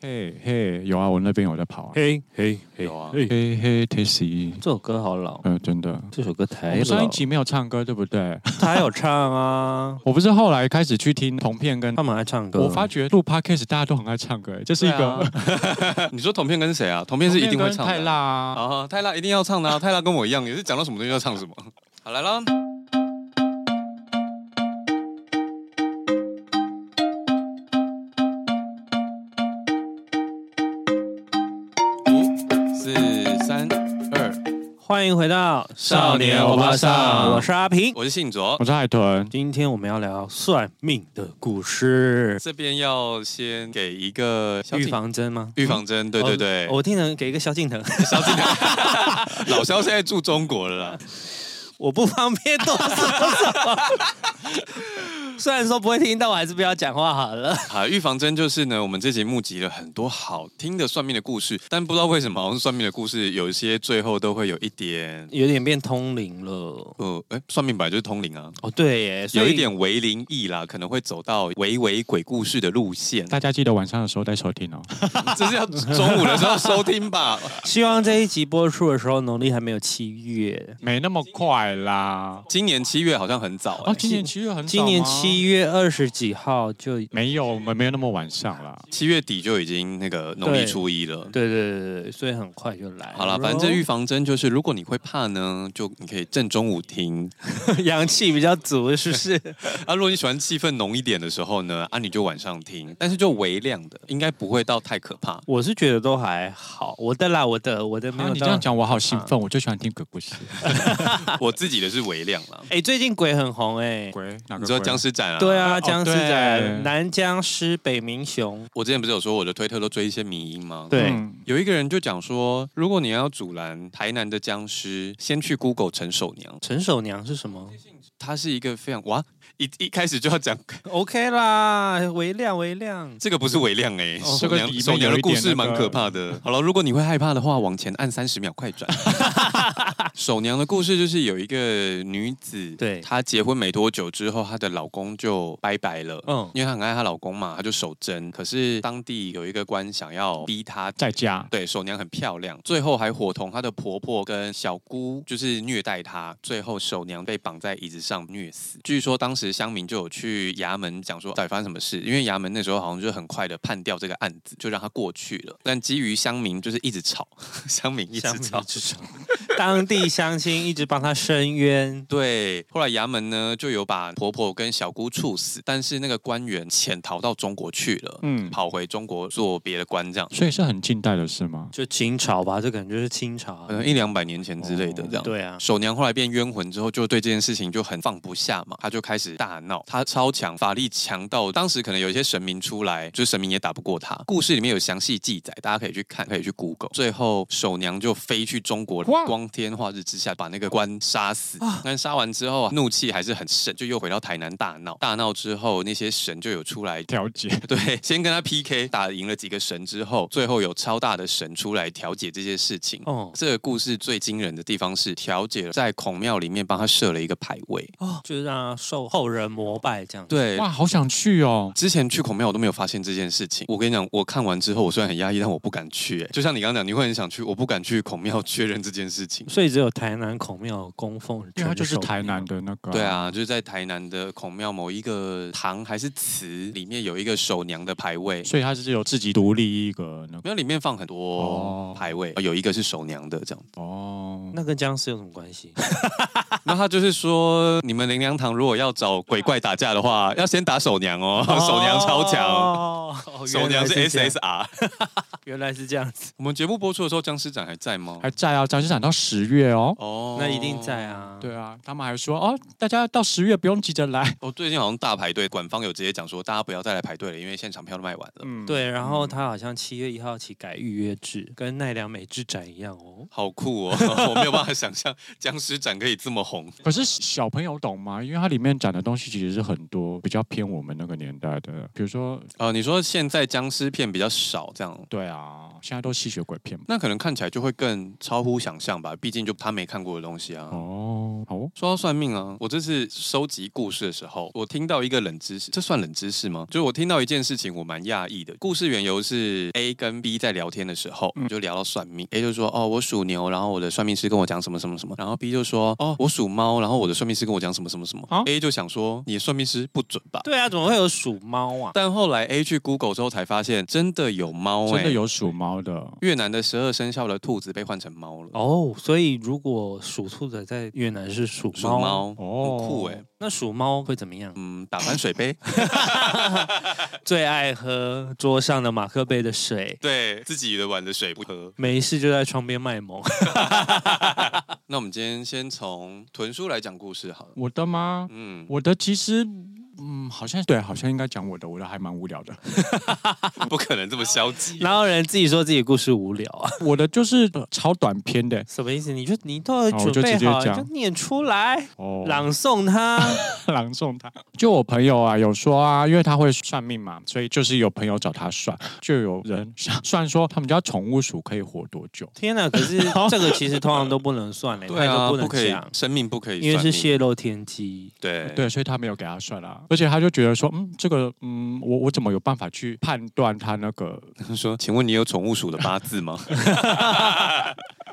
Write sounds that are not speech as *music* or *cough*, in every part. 嘿嘿，有啊，我那边有在跑啊、嘿嘿嘿有啊嘿嘿嘿 t a s y 这首歌好老，呃，真的。这首歌我太们上老一。集没有唱歌，对不对？他有唱啊，我不是后来开始去听同片跟， *laughs* 他们爱唱歌。我发觉录 podcast 大家都很爱唱歌，哎这是一个 *laughs* 你说同片跟谁啊？同啊片是一定会唱的。太辣啊！啊，泰拉一定要唱的 *laughs* 啊！泰拉跟我一样，也是讲到什么东西要唱什么。好，来啦。五、四、三、二，欢迎回到少年欧巴桑我是阿平。我是信卓。我是海豚，今天我们要聊算命的故事，这边要先给一个小预警防针吗？哦预哦防针，对对对，我听成给一个萧敬腾， *laughs* 老肖现在住中国了啦。我不方便多说什么。 *laughs* 虽然说不会听，但我还是不要讲话好了。好，预防针就是呢，我们这集募集了很多好听的算命的故事，但不知道为什么，好像算命的故事有一些最后都会有一点，有点变通灵了。呃，哎，算命本来就是通灵啊，哦，对耶，所以有一点为灵异啦，可能会走到唯唯鬼故事的路线，大家记得晚上的时候再收听哦。这是要中午的时候收 *laughs* 听吧。希望这一集播出的时候，农历还没有七月。没那么快啦。今年七月好像很早、哎哦，今年七月很早吗今年七月二十几号就，对没有，我们没有那么晚上啦。七月底就已经那个农历对初一了。对对对对，所以很快就来。好了，反正这预防针就是，如果你会怕呢，就你可以正中午听；阳气比较足，是不是？啊，如果你喜欢气氛浓一点的时候呢，啊，你就晚上听，但是就微量的，应该不会到太可 *laughs* 怕。 *laughs* 我是觉得都还好，我的啦，我的我的没啊，有你到。这样讲我好兴啊奋，我就喜欢听鬼故事。我自己的是微量啦。哎、最近鬼很红哎、鬼，哪你个知道鬼？僵尸展啊？对哦啊，僵尸对展，南僵尸，北冥熊，我之前不是有说我的推特都追一些迷音吗？对嗯有一个人就讲说，如果你要阻拦台南的僵尸，先去 Google 陈守娘，陈守娘是什么她是一个非常哇，一一开始就要讲。？OK 啦，微量微量这个不是微量哎、哦守这个里娘面守娘有的一故点事蛮那个可怕的。好了，如果你会害怕的话，往前按三十秒快 *laughs* 转。守娘的故事就是有一个女子，对她结婚没多久之后，她的老公就拜拜了。嗯，因为她很爱她老公嘛，她就守贞。可是当地有一个官想要逼她在家，对，守娘很漂亮，最后还伙同她的婆婆跟小姑，就是虐待她。最后守娘被绑在椅子上虐死。据说当时乡民就有去衙门讲说到底发生什么事，因为衙门那时候好像就很快的判掉这个案子，就让她过去了。但基于乡民就是一直吵， *laughs* 乡民一直吵。 *laughs* 当地乡亲一直帮他伸冤，对，后来衙门呢就有把婆婆跟小姑处死，但是那个官员潜逃到中国去了，嗯，跑回中国做别的官这样，所以是很近代的事吗？就清朝吧，这可能就是清朝啊、可能一两百年前之类嗯的这样。对啊，守娘后来变冤魂之后，就对这件事情就很放不下嘛，她就开始大闹，她超强，法力强到当时可能有一些神明出来，就是神明也打不过她。故事里面有详细记载，大家可以去看，可以去 Google。最后守娘就飞去中国，哇光天化日之下把那个官杀死。但杀完之后，啊怒气还是很盛，就又回到台南大闹。大闹之后，那些神就有出来 *laughs* 调解，对，先跟他 PK，打赢了几个神之后，最后有超大的神出来调解这些事情。哦这个故事最惊人的地方是，调解在孔庙里面帮他设了一个牌位。哦，就是让他受后人膜拜这样。对。哇，好想去哦。之前去孔庙我都没有发现这件事情。我跟你讲，我看完之后，我虽然很压抑，但我不敢去、哎，就像你刚刚讲，你会很想去，我不敢去孔庙确认这件事情。所以只有台南孔庙供奉，因为它就是台南。的那个，对，啊，就是在台南的孔庙某一个堂还是祠里面有一个守娘的牌位，所以它是有自己独立一个那个没有里面放很多哦牌位，有一个是守娘的这样。哦，那跟僵尸有什么关 *laughs* 系？那他就是说，你们灵粮堂如果要找鬼怪打架的话，要先打手娘哦， *laughs* 手娘超强，强手娘哦是 SSR。原来是这样子，我们节目播出的时候，僵尸展还在吗？还在啊，展示展到十月哦。哦 *laughs* 那一定在。啊。，对啊，他们还说哦，大家到十月不用急着来。哦，最近好像大排队，官方有直接讲说，大家不要再来排队了，因为现场票都卖完了。 *laughs* 嗯，对，然后他好像七月一号起改预约制，跟奈良美智展一样哦。好酷哦！ *laughs* 我没有办法想象僵尸展可以这么红。可是小朋友懂吗？因为它里面展的东西其实是很多比较偏我们那个年代的，比如说，呃，你说现在僵尸片比较少，这样对啊，现在都吸血鬼片嘛。那可能看起来就会更超乎想象吧。毕竟就他没看过的东西啊。哦，好哦，说到算命啊，我这次收集故事的时候，我听到一个冷知识，这算冷知识吗？就是我听到一件事情，我蛮讶异的。故事缘由是 A 跟 B 在聊天的时候，就聊到算命，A 就说哦我属牛，然后我的算命师跟我讲什么什么什么，然后 B 就说哦我属猫，然后我的算命师跟我讲什么什么什么、啊 a 就想说你的算命师不准吧？对啊，怎么会有属猫啊？但后来 A 去 Google 之后才发现，真的有猫、欸，真的有属猫的，越南的十二生肖的兔子被换成猫了，哦，所以如果属兔的在越南是属属猫，猫，哦很酷哎、欸，那属猫会怎么样？嗯，打翻水杯。最爱喝桌上的马克杯的水， *laughs* 对自己的碗的水不喝。没事就在窗边卖萌。那我们今天先从豚叔来讲故事好了。我的吗？嗯，我的其实，嗯，好像对，好像应该讲我的，我的还蛮无聊的。 *laughs* 不可能这么消极。哪有人自己说自己故事无聊啊？我的就是、呃超短篇的什么意思？你就你都好我有哦就准备直接好，你讲就念出来，哦，朗诵它。 *laughs* 朗诵他。就我朋友啊，有说啊，因为他会算命嘛，所以就是有朋友找他算，就有人想算说他们家宠物鼠可以活多久。天哪！可是这个其实通常都不能算嘞，对那个啊，不不能可以讲，，生命不可以算因命，为是泄露天机。对对，所以他没有给他算啊，而且他就觉得说，嗯，这个，嗯，我我怎么有办法去判断他那个？他说：“请问你有宠物鼠的八 *laughs* 字吗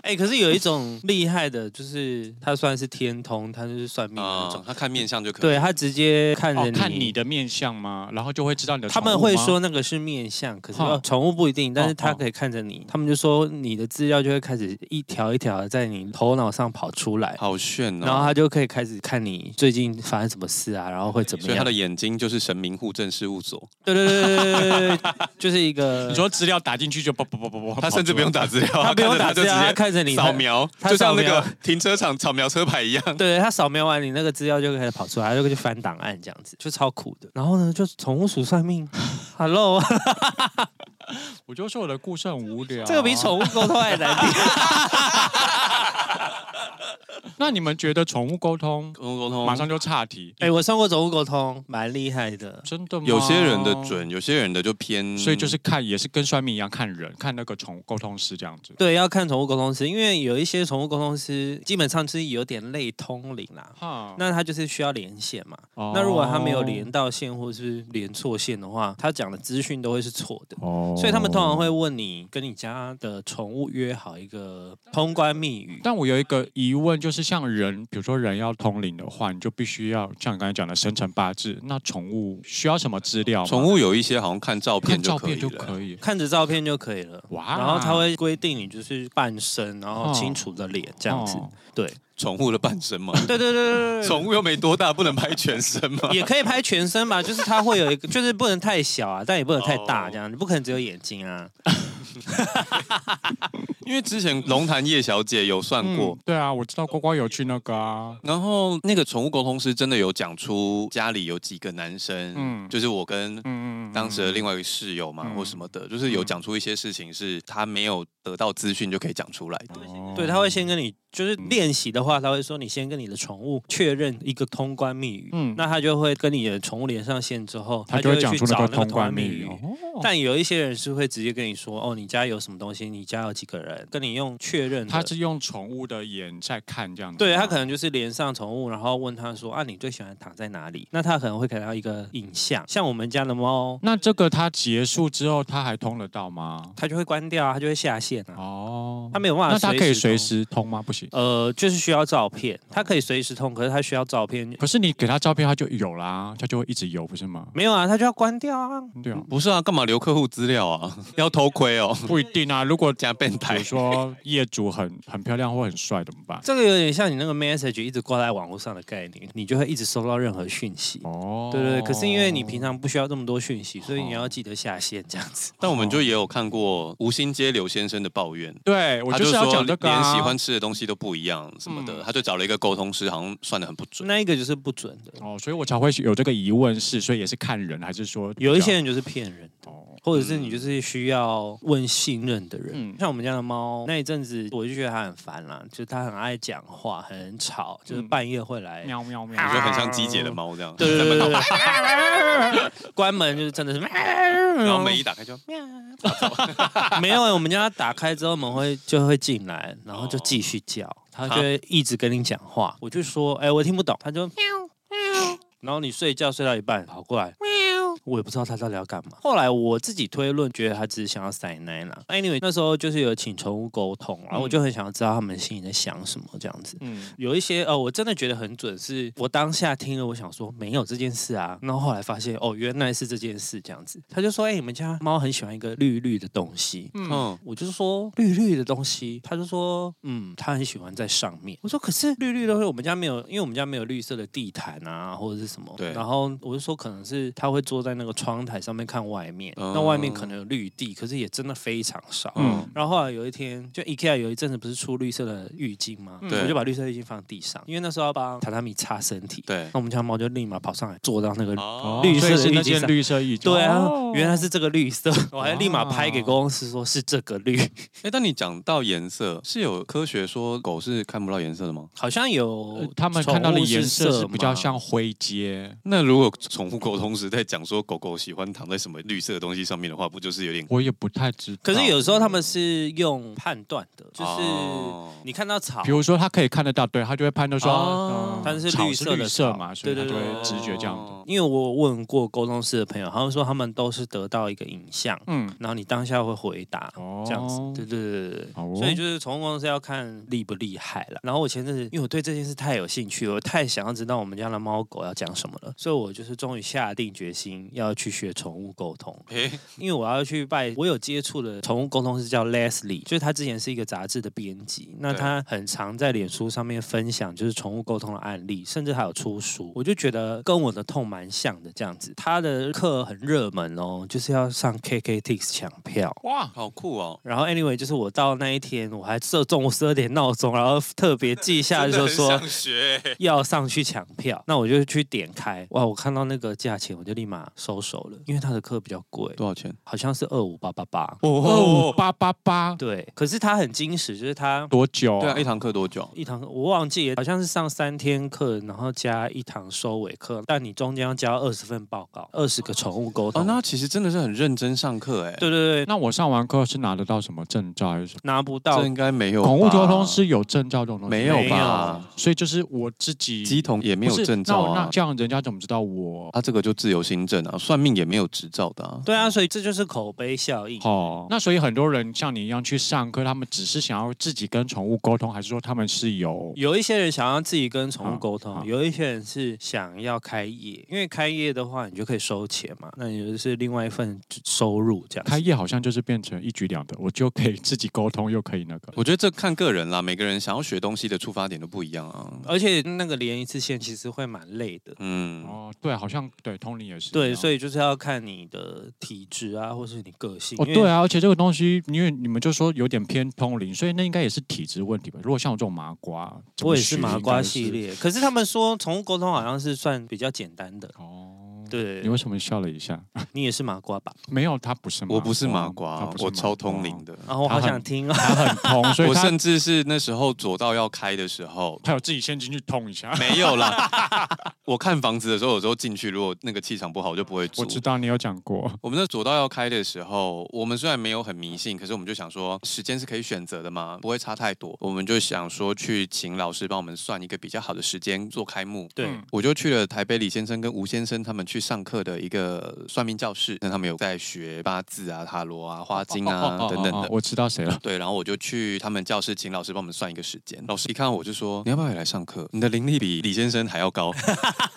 哎，可是有一种厉害的，就是他算是天通，他就是算？”命的那啊种，，他看面相就可以。嗯对他直接看着哦，你，看你的面相吗？然后就会知道你的。他们会说，那个是面相，可是哈宠物不一定，但是哦它哦可以看着你。他们就说你的资料就会开始一条一条地在你头脑上跑出来，好炫然后哦！他就可以开始看你最近发生什么事啊，然后会怎么所以他样的？眼睛就是神明户政事务所，对对对对对对对对， *laughs* 就是一个你说资料打进去就啵啵啵啵啵，他甚至不用打资料，他不用打看着字啊，他就直看着接你扫。描，他就像那扫描个停车场扫描车牌一样。他对，他扫描完你那个资料就开始跑出来，他就去翻档案这样子，就超苦的。然后呢，就宠物鼠算 *laughs* 命，Hello，啊我就说我的故事很无聊。啊这个比宠物沟通还难 *laughs* 听。那你们觉得宠物沟通沟通沟通马上就岔题？哎、我算过宠物沟通，蛮厉害的。真的吗？ *laughs* 有些人的，准，有些人的就偏，所以就是嗯看也是跟算命一样看人，看那个宠物沟通师这样子。对，要看宠物沟通师，因为有一些宠物沟通师基本上是有点类通灵啦。哈那他就是需要连线嘛。哦那如果他没有连到线或是连错线的话，他讲的资讯都会是错的。哦所以他们通常会问你跟你家的宠物约好一个通关密语。但我有一个疑问，就是像人，比如说人要通灵的话，你就必须要像你刚才讲的生辰八字。那宠物需要什么资料吗？宠物有一些好像看照片看就照可以片就了。可以。看着照片就可以了。哇然后他会规定你就是半身，然后哦清楚的脸这样子。哦对，宠物的半身嘛，对对对 *laughs* 对对对。宠物又没多大，不能拍全身嘛。也可以拍全 *laughs* 身吧，就是它会有一个，就是不能太小啊，但也不能太大，哦这样你不可能只有眼睛啊。因为之前龙潭叶小姐有算过。嗯对啊，我知道呱呱有去那个啊，然后那个宠物沟通师真的有讲出家里有几个男生，嗯就是我跟嗯嗯嗯，当时的另外一个室友嘛，嗯或什么的，就是有讲出一些事情是他没有得到资讯就可以讲出来的。哦对，他会先跟你，就是练习的话，他会说你先跟你的宠物确认一个通关密语，嗯那他就会跟你的宠物连上线之后，他就就会会讲去出那找个那个通关密密语语。。哦但有一些人是会直接跟你说，哦，你家有什么东西，你家有几个人，跟你用确认的。他是用宠物的眼在看这样子吗，对他可能就是连上宠物，然后问他说啊，你最喜欢躺在哪里？那他可能会给他一个影像，像我们家的猫，那这个它结束之后，它还通得到吗？它就会关掉啊，它就会下线啊，哦，它没有办法。那它可以随时时通吗？不行。通。呃，就是需要照片，它可以随时通，可是它需要照片。可是你给它照片，它就有啦，它就会一直有，不是吗？没有啊，它就要关掉啊。对啊，不是啊，干嘛留客户资料啊？ *laughs* 要偷窥哦，不一定啊。如果加变比如态。说业主很很漂亮或很帅怎么办？这个有点像你那个 message 一直挂在网络上的概念，你就会一直收到任何讯息。哦， *laughs* 对对对，可是因为你平常不需要这么多讯息，所以你要记得下线这样子。但我们就也有看过吴兴街刘先生的抱怨，对我他就是要说讲这个、啊、连喜欢吃的东西都不一样什么的，嗯他就找了一个沟通师，好像算的很不 *laughs* 准。那一个就是不准的，哦，所以我才会有这个疑问是，所以也是看人还是说有一些人就是骗人。哦，或者是你就是需要问信任的人，嗯像我们家的猫那一阵子，我就觉得它很烦啦，就是它很爱讲话，很吵，就是半夜会来，喵喵喵，你说很像鸡姐的猫这样，对对对对对， *laughs* 关门就是真的是，然后门一打开就 *laughs* 没有欸，我们家打开之后门会就会进来，然后就继续叫，他就会一直跟你讲话。我就说，哎、我听不懂，他就喵喵。然后你睡觉睡到一半跑过来，喵，我也不知道他到底要干嘛。后来我自己推论，觉得他只是想要塞奶啦。Anyway，那时候就是有请宠物沟通，然后我就很想要知道他们心里在想什么这样子。嗯，有一些呃，我真的觉得很准，是我当下听了，我想说没有这件事啊，然后后来发现哦，原来是这件事这样子。他就说，哎、你们家猫很喜欢一个绿绿的东西，嗯，我就说绿绿的东西，他就说嗯，他很喜欢在上面。我说可是绿绿的东西，我们家没有，因为我们家没有绿色的地毯啊，或者是什么。对然后我就说可能是他会坐在那个窗台上面看外面，哦那外面可能有绿地，可是也真的非常少。嗯然后后来有一天，就 IKEA 有一阵子不是出绿色的浴巾吗？嗯对我就把绿色浴巾放地上，因为那时候要帮榻榻米擦身体。对那，我们家猫就立马跑上来坐到那个哦绿色所以的是浴那巾件上绿色浴巾，对啊，哦原来是这个绿色，我还立马拍给公司说是这个绿，哎，但你讲到颜色，是有科学说狗是看不到颜色的吗？好像呃有他们看到的哦宠物颜色色是比较嘛像灰阶，那如果宠物沟通时在讲说狗狗喜欢躺在什么绿色的东西上面的话，不就是有点？我也不太知道。可是有时候他们是用判断的，就是哦你看到草比，如说他可以看得到，对他就会判断说，哦嗯它是草绿色的绿色草嘛，所以他对就对对会直觉这样的。哦因为我问过沟通师的朋友，他们说他们都是得到一个影像，嗯，然后你当下会回答，哦这样子，对对对对对。好哦所以就是宠物公司要看厉不厉害了。然后我前阵子因为我对这件事太有兴趣了，我太想要知道我们家的猫狗要讲什么了，所以我就是终于下定决心要去学宠物沟通，诶，因为我要去拜我有接触的宠物沟通师叫 Leslie，就是他之前是一个杂志的编辑，那对他很常在脸书上面分享就是宠物沟通的案例，甚至还有出书，我就觉得跟我的痛蛮像的这样子。他的课很热门哦，就是要上 KKTix 抢票。哇，好酷哦！然后 anyway，就是我到那一天，我还设中午十二点闹钟，然后特别记下， *laughs* 真的就很说想学欸要上去抢票，那我就去点开，哇，我看到那个价钱，我就立马收手了，因为他的课比较贵，多少钱？好像是二五八八八，哦，，八八八对，哎可是他很矜持，就是他多久啊？对啊，一堂课多久？一堂我忘记了，好像是上三天课，然后加一堂收尾课，但你中间要交二十份报告，二十个宠物沟哦，通，那其实真的是很认真上课哎。对对对，那我上完课是拿得到什么证照还是什么？拿不到这应该没有吧。宠啊物沟通是有证照这种东西没有吗没吧有？所以就是我自己鸡童也没不有是证照那我啊那，这样人家怎么知道我？他这个就自由行政啊，算命也没有执照的啊。对啊，所以这就是口碑效应。哦，那所以很多人像你一样去上课，他们只是想要自己跟宠物沟通，还是说他们是有有一些人想要自己跟宠物沟好通好，有一些人是想要开业，因为开业的话，你就可以收钱嘛，那你就是另外一份收入这样子。开业好像就是变成一举两得，我就可以自己沟通，又可以那个。我觉得这看个人啦，每个人想要学东西的出发点都不一样啊。而且那个连一次线其实会蛮累的，嗯，哦，对，好像对，通灵也是一啊样。对，所以就是要看你的体质啊，或是你个性。哦，因为对啊，而且这个东西，因为你们就说有点偏通灵，所以那应该也是体质问题吧？如果像我这种麻瓜，这么我也是虚麻应瓜该系是。列，可是他们说宠物沟通好像是算比较简单的。哦，对你，为什么笑了一下？你也是麻瓜吧？没有，他不是麻瓜，哦我不是麻他瓜不，是我麻瓜超通灵，的。然后我他好很想 *laughs* 听啊，他很通，所以我他，甚至是那时候左道要开的时候他有自己先进去通一 *laughs* 下。没有啦。 *laughs* 我看房子的时候，有时候进去如果那个气场不好，我就不会租我。知道你有讲过，我们的左道要开的时候，我们虽然没有很迷信，可是我们就想说时间是可以选择的嘛，不会差太多。我们就想说去请老师帮我们算一个比较好的时间做开幕。对嗯我就去了台北李先生跟吴先生他们去上课的一个算命教室，那他们有在学八字啊、塔罗啊、花精 *laughs* 啊哦哦哦等等哦的。我知道谁了。对，然后我就去他们教室，请老师帮我们算一个时间。老师一看到我就说：“你要不要也来上课？你的灵力比李先生还要高。” *laughs*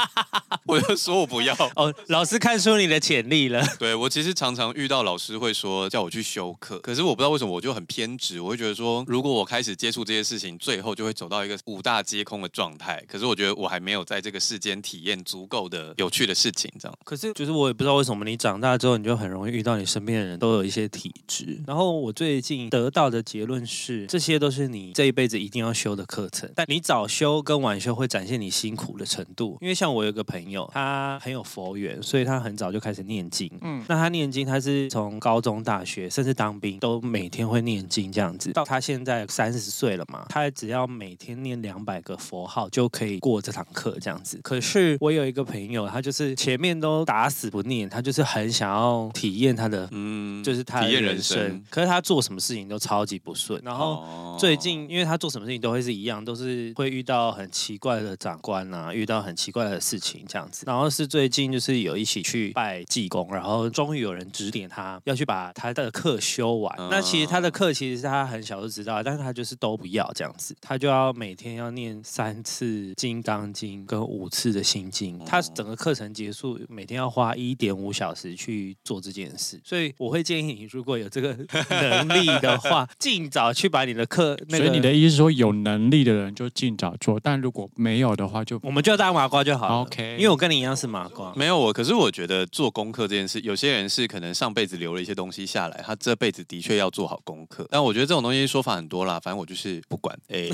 我就说我不要。哦，老师看出你的潜力了。对我其实常常遇到老师会说叫我去修课，可是我不知道为什么我就很偏执，我会觉得说如果我开始接触这些事情，最后就会走到一个五大皆空的状态。可是我觉得我还没有在这个世间体验足够的有趣的事情，这样。可是，就是我也不知道为什么你长大之后，你就很容易遇到你身边的人都有一些体质。然后我最近得到的结论是，这些都是你这一辈子一定要修的课程，但你早修跟晚修会展现你辛苦的程度。因为像我有一个朋友，他很有佛缘，所以他很早就开始念经。嗯，那他念经，他是从高中、大学，甚至当兵都每天会念经这样子。到他现在三十岁了嘛，他只要每天念两百个佛号就可以过这堂课这样子。可是我有一个朋友，他就是前面都打死不念，他就是很想要体验他的，嗯，就是他的体验人生。生可是他做什么事情都超级不顺，然后。哦最近，因为他做什么事情都会是一样，都是会遇到很奇怪的长官啊，遇到很奇怪的事情这样子。然后是最近就是有一起去拜济公，然后终于有人指点他要去把他的课修完。嗯那其实他的课其实是他很小就知道，但是他就是都不要这样子，他就要每天要念三次《金刚经》跟五次的心经。哦他整个课程结束，每天要花一点五小时去做这件事。所以我会建议你，如果有这个 *laughs* 能力的话，尽早去把你的课那个。所以你的意思是说，有能力的人就尽早做，但如果没有的话就，嗯我们就当麻瓜就好了。 OK 嗯因为我跟你一样是麻瓜。没有我，可是我觉得做功课这件事，有些人是可能上辈子留了一些东西下来，他这辈子的确要做好功课。但我觉得这种东西说法很多啦，反正我就是不管。哎、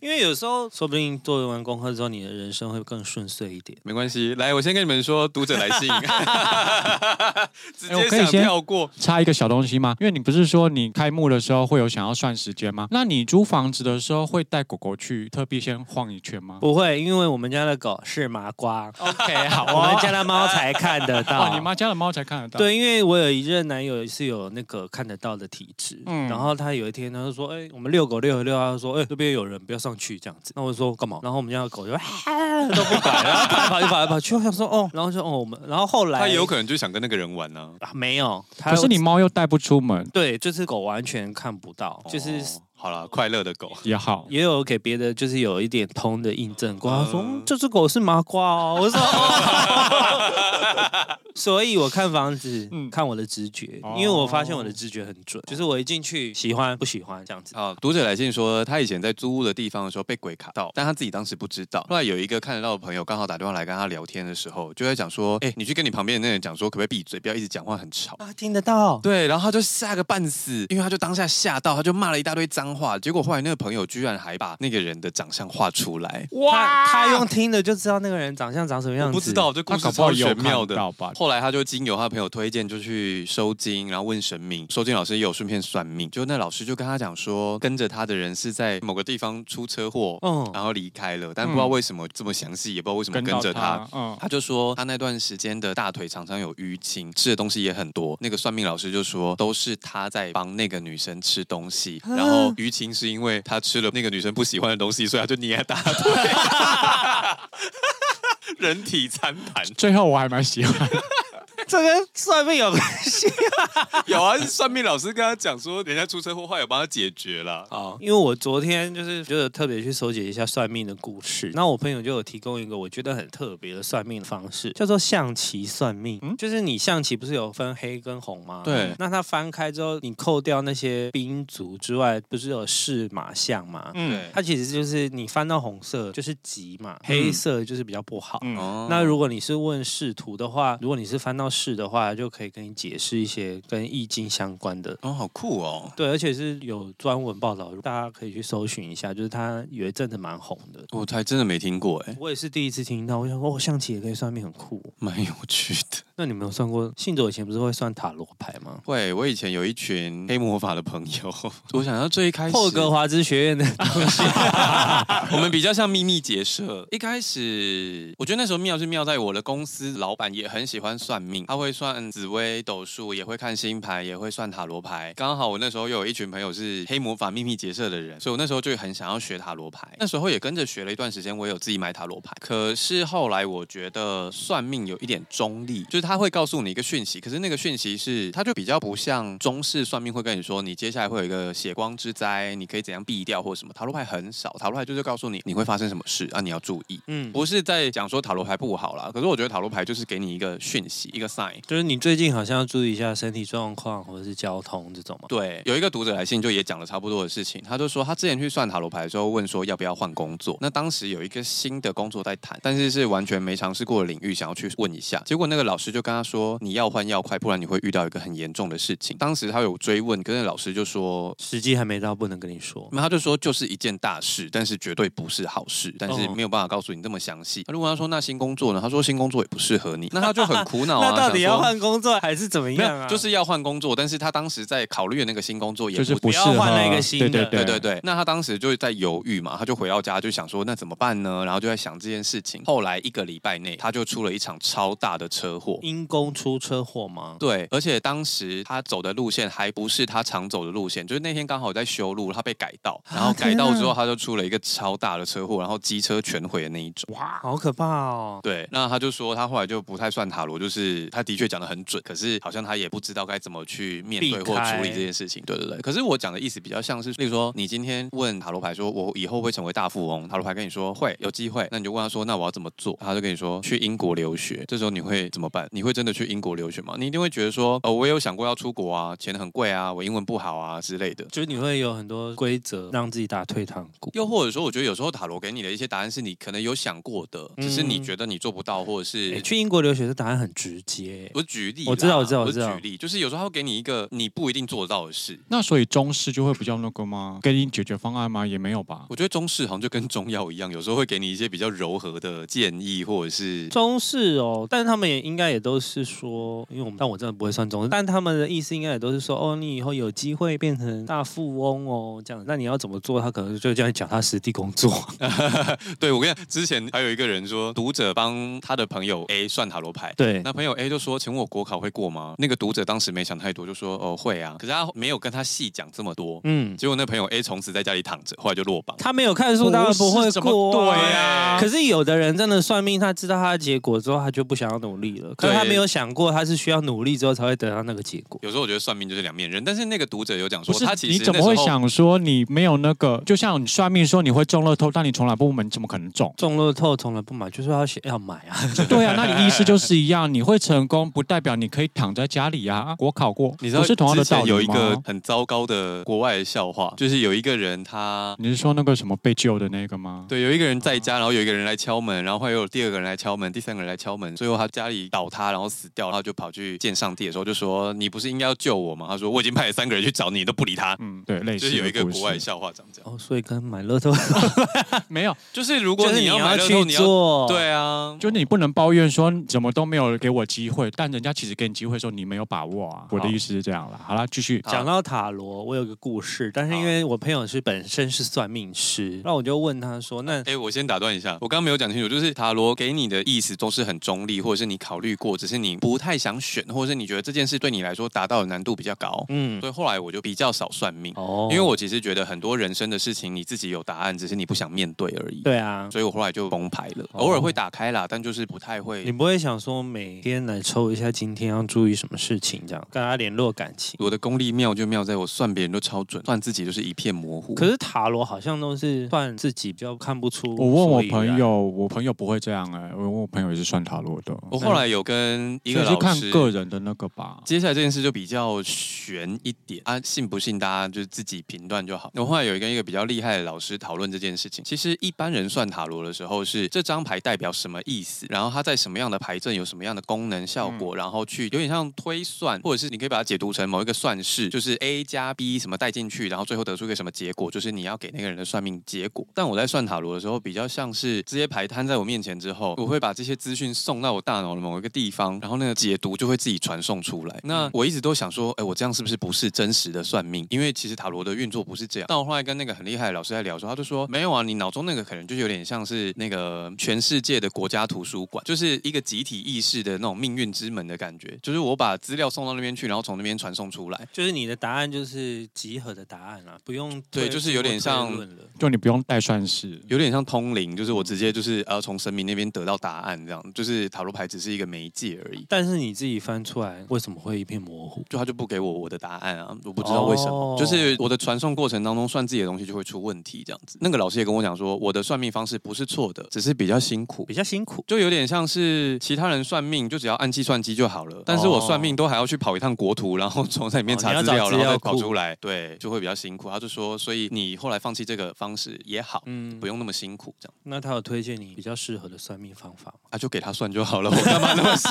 因为有时候说不定做完功课之后，你的人生会更顺遂一点。没关系。来，我先跟你们说，读者来 *laughs* 信，直哎我接可以想先跳过。插一个小东西吗？因为你不是说你开幕的时候会有想要算时间吗？那你租房子的时候会带狗狗去特地先晃一圈吗？不会，因为我们家的狗是麻瓜 *laughs* OK，好我们家的猫才看得啊到。哦，你妈家的猫才看得到。，对，因为我有一任男友是有那个看得到的体质，嗯然后他有一天他就说，哎、我们遛狗遛一遛，他就说，哎、这边有人，不要上去这样子。那我就说干嘛？然后我们家的狗就、啊、 *laughs* 都不管，然后跑来跑去跑来跑去，我想说哦，然后就哦我们，然后后来他有可能就想跟那个人玩呢、啊没有，他可是你猫又带不出门对，就是狗完全看不到，就是。哦好了，快乐的 *laughs* 狗。也好。也有给别的，就是有一点通的印证过。他说、嗯嗯这只狗是麻瓜哦， *laughs* 我说，哦所以我看房子，嗯看我的直觉，哦因为我发现我的直觉很准，就是我一进去喜欢不喜欢这样子。啊，读者来信说，他以前在租屋的地方的时候被鬼卡到，但他自己当时不知道。后来有一个看得到的朋友刚好打电话来跟他聊天的时候，就在讲说，哎、你去跟你旁边的那人讲说，可不可以闭嘴，不要一直讲话，很吵。啊，听得到，对，然后他就吓个半死，因为他就当下吓到，他就骂了一大堆脏话。结果后来那个朋友居然还把那个人的长相画出来，哇，他用听的就知道那个人长相长什么样我子。不知，道这故他事搞不好超有玄妙看的。到吧？后来他就经由他朋友推荐，就去收金，然后问神明。收金老师也有顺便算命，就那老师就跟他讲说，跟着他的人是在某个地方出车祸，嗯，然后离开了，但不知道为什么这么详细，也不知道为什么跟到着他。他，嗯，他就说他那段时间的大腿常常有淤青，吃的东西也很多。那个算命老师就说都是他在帮那个女生吃东西，然后淤青是因为他吃了那个女生不喜欢的东西，所以他就捏大腿。 *laughs* 人体餐盘最后我还蛮喜欢。这跟算命有关系。 *laughs* 有啊，算命老师跟他讲说，人家出车祸，后来有帮他解决了。因为我昨天就是觉得特别去搜集一下算命的故事，那我朋友就有提供一个我觉得很特别的算命的方式，叫做象棋算命。就是你象棋不是有分黑跟红吗？嗯对那它翻开之后，你扣掉那些兵卒之外，不是有士马象吗？嗯，它其实就是你翻到红色就是吉嘛，黑色就是比较不好。嗯嗯哦那如果你是问仕途的话，如果你是翻到仕的话，就可以跟你解释一些跟易经相关的哦，好酷哦！对，而且是有专文报道，大家可以去搜寻一下，就是他有一阵子蛮红的。我还真的没听过哎，我也是第一次听到，我想说哦，象棋也可以算命，很酷哦。蛮有趣的。那你们有算过？信卓以前不是会算塔罗牌吗？喂，我以前有一群黑魔法的朋友， *laughs* 我想要最一开始，霍格华兹学 *laughs* 院的我们比较像秘密结社。一开始，我觉得那时候妙是妙在我的公司老板也很喜欢算命，他会算紫微斗数，也会看星盘，也会算塔罗牌。刚好我那时候又有一群朋友是黑魔法秘密结社的人，所以我那时候就很想要学塔罗牌。那时候也跟着学了一段时间，我也有自己买塔罗牌。可是后来我觉得算命有一点中立，就是他会告诉你一个讯息，可是那个讯息是他就比较不像中式算命会跟你说你接下来会有一个血光之灾，你可以怎样避掉或什么。塔罗牌很少，塔罗牌就是告诉你你会发生什么事啊，你要注意。嗯，不是在讲说塔罗牌不好啦，可是我觉得塔罗牌就是给你一个讯息，一个 sign。就是你最近好像要注意一下身体状况或者是交通这种嘛。对，有一个读者来信就也讲了差不多的事情，他就说他之前去算塔罗牌的时候问说要不要换工作，那当时有一个新的工作在谈，但是是完全没尝试过的领域，想要去问一下，结果那个老师就就跟他说你要欢要快，不然你会遇到一个很严重的事情。当时他有追问，可是老师就说。时机还没到，不能跟你说。那他就说就是一件大事，但是绝对不是好事，但是哦没有办法告诉你这么详细。他就问他说那新工作呢？他说新工作也不适合你，那他就很苦恼 *laughs* 啊。那到底想说要换工作还是怎么没样啊？有，就是要换工作，但是他当时在考虑的那个新工作也就是不不适不要合换那个新的对对对对对，那他当时就在犹豫嘛，他就回到家就想说那怎么办呢？然后就在想这件事情。后来一个礼拜内，他就出了一场超大的车祸。因公出车祸吗？对，而且当时他走的路线还不是他常走的路线，就是那天刚好在修路，他被改道，然后改道之后他就出了一个超大的车祸，然后机车全毁的那一种。哇，好可怕哦！对，那他就说他后来就不太算塔罗，就是他的确讲的很准，可是好像他也不知道该怎么去面对避或开处理这件事情。对对对。可是我讲的意思比较像是，例如说你今天问塔罗牌说，我以后会成为大富翁，塔罗牌跟你说会有机会，那你就问他说，那我要怎么做？他就跟你说去英国留学。这时候你会怎么办？你会真的去英国留学吗？你一定会觉得说，呃，我也有想过要出国啊，钱很贵啊，我英文不好啊之类的。就是你会有很多规则让自己打退堂鼓。又或者说，我觉得有时候塔罗给你的一些答案是你可能有想过的，只是你嗯觉得你做不到，或者是、诶去英国留学的答案很直接，我举例啦，我知道我知道我我知道举例，就是有时候他会给你一个你不一定做得到的事。那所以中式就会比较那个吗？给你解决方案吗？也没有吧。我觉得中式好像就跟中药一样，有时候会给你一些比较柔和的建议，或者是中式哦，但是他们也应该也都是说，因为我们但我真的不会算中式，但他们的意思应该也都是说，哦，你以后有机会变成大富翁哦，这样，那你要怎么做？他可能就这样讲他实地工作，对我跟你讲，之前还有一个人说，读者帮他的朋友 A 算塔罗牌。 *laughs* 对，那朋友 A 就说：“请问我国考会过吗？”那个读者当时没想太多，就说：“哦，会啊。”可是他没有跟他细讲这么多。嗯，结果那朋友 A 从此在家里躺着，后来就落榜。他没有看书，当然不会过、啊对啊呀、可是有的人真的算命，他知道他的结果之后，他就不想要努力了。可是对他没有想过，他是需要努力之后才会得到那个结果。？有时候我觉得算命就是两面人，但是那个读者有讲不说，是他其实你怎那么时会候想说你没有那个？就像你算命说你会中乐透，但你从来不问，你怎么可能中 *laughs* 中乐透从来不买，就是要写要买啊。对啊，那你意思就是一样，你会成功不代表你可以躺在家里啊。国考过，你知道不是同样的之前道理吗？有一个很糟糕的国外的笑话，就是有一个人他。你是说那个什么被救的那个吗？对，有一个人在家，然后有一个人来敲门，然后后来又有第二个人来敲门，第三个人来敲门，最后他家里倒塌，然后死掉，然后就跑去见上帝的时候就说：“你不是应该要救我吗？”他说：“我已经派了三个人去找你，你都不理 *laughs* 他。嗯，对，类”似就是有一个的故事国外笑话长这样，哦，所以跟买乐透， *laughs* 没有，就是如就果是你要买乐去透，你要做，对啊，就你不能抱怨说怎么都没有给我机会，但人家其实给你机会的时候你没有把握啊。我的意思是这样啦。好啦，继续。好讲到塔罗，我有个故事，但是啊因为我朋友是本身是算命师，那我就问他说：“那哎、我先打断一下，我刚刚没有讲清楚，就是塔罗给你的意思都是很中立，或者是你考虑过，只是你不太想选，或者是你觉得这件事对你来说达到的难度比较高，嗯，所以后来我就比较少算命，哦因为我其实觉得很多人生的事情你自己有答案，只是你不想面对而已。对啊，所以我后来就崩牌了，哦偶尔会打开啦，但就是不太你会。不会想说每天来抽一下今天要注意什么事情，这样跟他联络感情。”我的功力妙就妙在我算别人都超准，算自己就是一片模糊。可是塔罗好像都是算自己比较看不出。我问我朋，友，我朋友不会这样哎、我问我朋友也是算塔罗的，嗯我后来有跟一所个以是老看师，个人的那个吧。接下来这件事就比较悬一点啊，信不信大家就是自己评断就好。我后来有跟一个比较厉害的老师讨论这件事情。其实一般人算塔罗的时候是这张牌代表什么意思，然后它在什么样的牌阵有什么样的功能效果，然后去有点像推算，或者是你可以把它解读成某一个算式，就是 A 加 B 什么带进去，然后最后得出一个什么结果，就是你要给那个人的算命结果。但我在算塔罗的时候，比较像是这些牌摊在我面前之后，我会把这些资讯送到我大脑的某一个地方，然后那个解读就会自己传送出来。那我一直都想说，哎，我这样是不是不是真实的算命？因为其实塔罗的运作不是这样。但我后来跟那个很厉害的老师在聊的时候，他就说没有啊，你脑中那个可能就有点像是那个全世界的国家图书馆，就是一个集体意识的那种命运之门的感觉，就是我把资料送到那边去，然后从那边传送出来。就是你的答案就是集合的答案啦、不用对推就是有点像推论了就你不用带算式，有点像通灵，就是我直接就是呃从神明那边得到答案，这样就是塔罗牌只是一个媒介而已。但是你自己翻出来，为什么会一片模糊？就他就不给我我的答案啊，我不知道为什么，哦就是就是我的传送过程当中算自己的东西就会出问题这样子。那个老师也跟我讲说，我的算命方式不是错的，只是比较辛苦比。较辛苦。就有点像是其他人算命，就只要按计算机就好了。但是我算命都还要去跑一趟国图，然后从在里面哦你查要资找料，资然后再料跑库出来，对，就会比较辛苦。他就说，所以你后来放弃这个方式也好，嗯不，用那么辛苦，这样那他有推荐你比较适合的算命方法吗？啊，就给他算就好了，我干嘛那么辛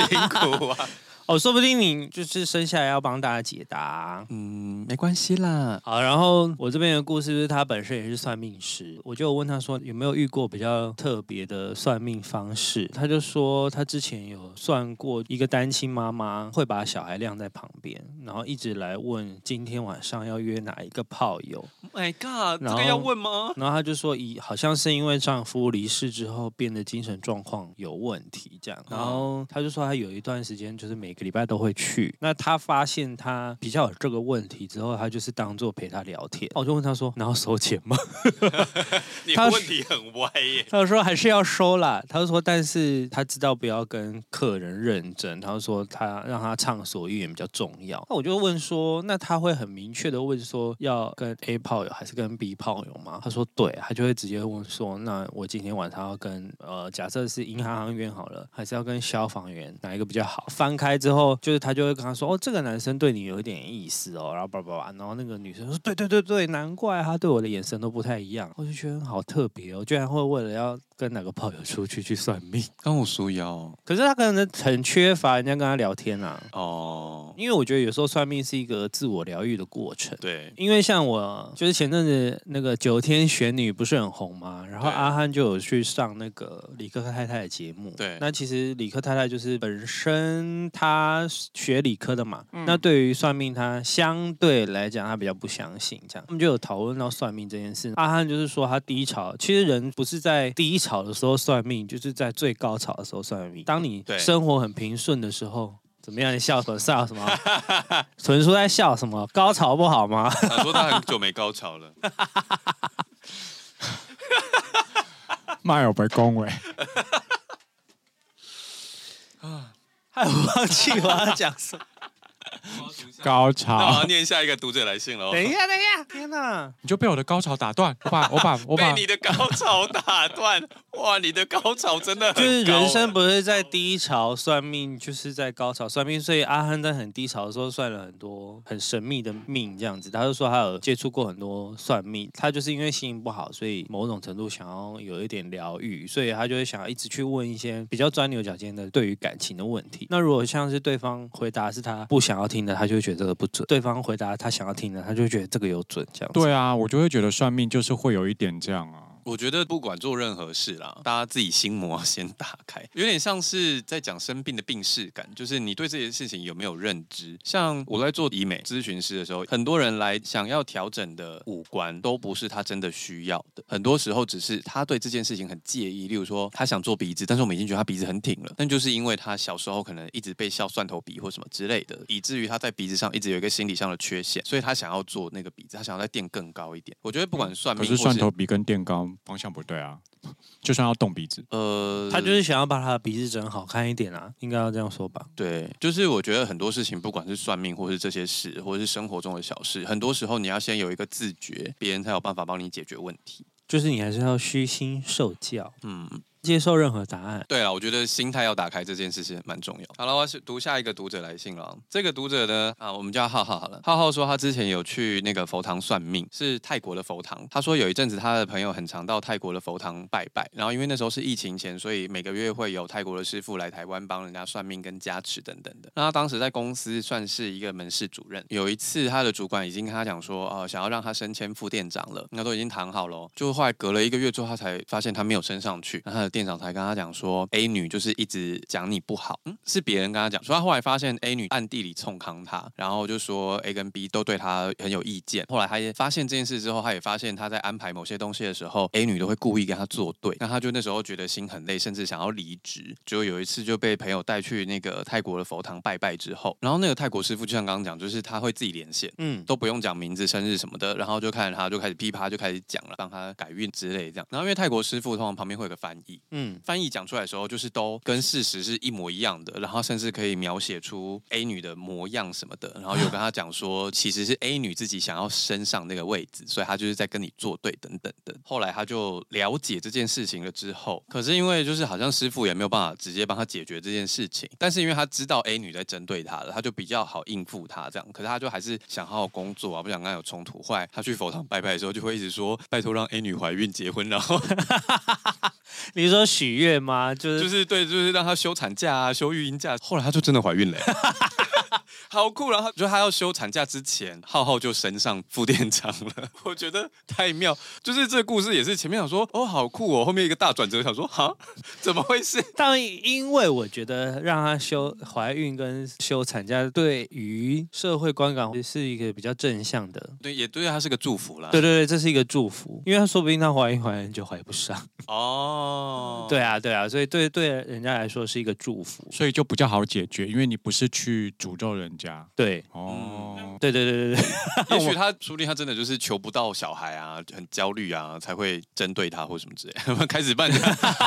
*laughs* 苦啊？哦，说不定你就是生下来要帮大家解答啊、嗯，没关系啦。好，然后我这边的故事就是他本身也是算命师，我就有问他说有没有遇过比较特别的算命方式，他就说他之前有算过一个单亲妈妈会把小孩晾在旁边，然后一直来问今天晚上要约哪一个炮友，Oh My God，然这后个要问吗？然后他就说以好像是因为丈夫离世之后变得精神状况有问题这样，然后他就说他有一段时间就是每个礼拜都会去，哦那他发现他比较有这个问题之后，他就是当做陪他聊天，哦我就问他说，然后收钱吗？你他的问题很歪耶。他说还是要收啦，他就说但是他知道不要跟客人认真，他就说他让他畅所欲言比较重要。那我就问说，那他会很明确的问说要跟 A 炮友还是跟 B 炮友吗？他说对，他就会直接问说，那我今天晚上要跟呃，假设是银行行员好了，还是要跟消防员哪一个比较好？翻开之后，就是他就会跟他说，哦，这个男生对你有一点意思哦，然后叭叭叭，然后那个女生说，对对对对，难怪啊他对我的眼神都不太一样，我就觉得好特别哦，居然会为了要跟哪个炮友出去去算命，跟我说要可是他可能很缺乏人家跟他聊天啊，哦，因为我觉得有时候算命是一个自我疗愈的过程。对，因为像我就是前阵子那个九天玄女不是很红嘛，然后对阿汉就有去上那个理科太太的节目。对那其实理科太太就是本身她学理科的嘛，嗯那对于算命她相对来讲她比较不相信，这样他们就有讨论到算命这件事。阿汉就是说他低潮，其实人不是在低潮的时候算命，就是在最高潮的时候算命。当你对生活很平顺的时候。怎么样？你笑什么？笑什么？ *laughs* 纯叔在笑什么？高潮不好吗？他说他很久没高潮了。妈有被恭维，害我忘记我要讲什么。高那我 *laughs* 潮要，念下一个读者来信了哦。 *laughs* 等一下，等一下，天哪！你就被我的高潮打断，我把我 *laughs* 把我把被你的高潮打断，哇，你的高潮真的很高就是人生不是在低潮算命，就是在高潮算命。所以阿汉在很低潮的时候算了很多很神秘的命，这样子。他就说他有接触过很多算命，他就是因为心情不好，所以某种程度想要有一点疗愈，所以他就会想要一直去问一些比较钻牛角尖的对于感情的问题。那如果像是对方回答是他不想要听的，他就会觉得这个不准；对方回答他想要听的，他就会觉得这个有准。这样子。对啊，我就会觉得算命就是会有一点这样啊。我觉得不管做任何事啦，大家自己心魔 *laughs* 先打开，有点像是在讲生病的病逝感，就是你对这些事情有没有认知。像我在做医美咨询师的时候，很多人来想要调整的五官都不是他真的需要的，很多时候只是他对这件事情很介意。例如说，他想做鼻子，但是我们已经觉得他鼻子很挺了，但就是因为他小时候可能一直被笑蒜头鼻或什么之类的，以至于他在鼻子上一直有一个心理上的缺陷，所以他想要做那个鼻子，他想要再垫更高一点。我觉得不管算可命，是蒜头鼻跟垫高方向不对啊，就算要动鼻子，呃，他就是想要把他的鼻子整好看一点啦、应该要这样说吧。对，就是我觉得很多事情，不管是算命，或是这些事，或者是生活中的小事，很多时候你要先有一个自觉，别人才有办法帮你解决问题。就是你还是要虚心受教，嗯，接受任何答案。对了，我觉得心态要打开这件事情蛮重要。好了，我要是读下一个读者来信了。哦这个读者呢，啊，我们叫浩浩好了。浩浩说他之前有去那个佛堂算命，是泰国的佛堂。他说有一阵子他的朋友很常到泰国的佛堂拜拜，然后因为那时候是疫情前，所以每个月会有泰国的师傅来台湾帮人家算命跟加持等等的。那他当时在公司算是一个门市主任，有一次他的主管已经跟他讲说，哦、想要让他升迁副店长了，那都已经谈好了哦，就后来隔了一个月之后，他才发现他没有升上去，然后他的店长才跟他讲说，A 女就是一直讲你不好，嗯，是别人跟他讲，所以他后来发现 A 女暗地里冲康他，然后就说 A 跟 B 都对他很有意见。后来他也发现这件事之后，他也发现他在安排某些东西的时候，A 女都会故意跟他作对，那他就那时候觉得心很累，甚至想要离职。就有一次就被朋友带去那个泰国的佛堂拜拜之后，然后那个泰国师傅就像刚刚讲，就是他会自己连线。嗯，都不用讲名字、生日什么的，然后就看着他就开始噼啪就开始讲了，帮他改运之类这样。然后因为泰国师傅通常旁边会有个翻译，译。嗯，翻译讲出来的时候，就是都跟事实是一模一样的，然后甚至可以描写出 A 女的模样什么的，然后有跟她讲说，其实是 A 女自己想要升上那个位置，所以她就是在跟你作对等等的。后来她就了解这件事情了之后，可是因为就是好像师傅也没有办法直接帮她解决这件事情，但是因为他知道 A 女在针对他了，他就比较好应付她这样。可是他就还是想好好工作啊，不想跟她有冲突。后来他去佛堂拜拜的时候，就会一直说拜托让 A 女怀孕结婚，然后你是说许愿吗？就是、就是对，就是让她休产假啊，休育婴假。 *laughs* 后来她就真的怀孕了、欸 *laughs* 好酷！然后就她要休产假之前，浩浩就升上副店长了， *laughs* 我觉得太妙。就是这个故事也是前面想说哦好酷哦，后面一个大转折想说哈怎么会是？但因为我觉得让她休怀孕跟休产假，对于社会观感是一个比较正向的。 *laughs* 对，也对啊她是个祝福啦。对对对，这是一个祝福，因为她说不定她怀孕怀很久怀不上。哦，对啊，对啊，所以对对人家来说是一个祝福。所以就比较好解决，因为你不是去诅咒人家对嗯哦。对对对对对，也许他说不定他真的就是求不到小孩啊，很焦虑啊，才会针对他或什么之类的。我 *laughs* 们开始办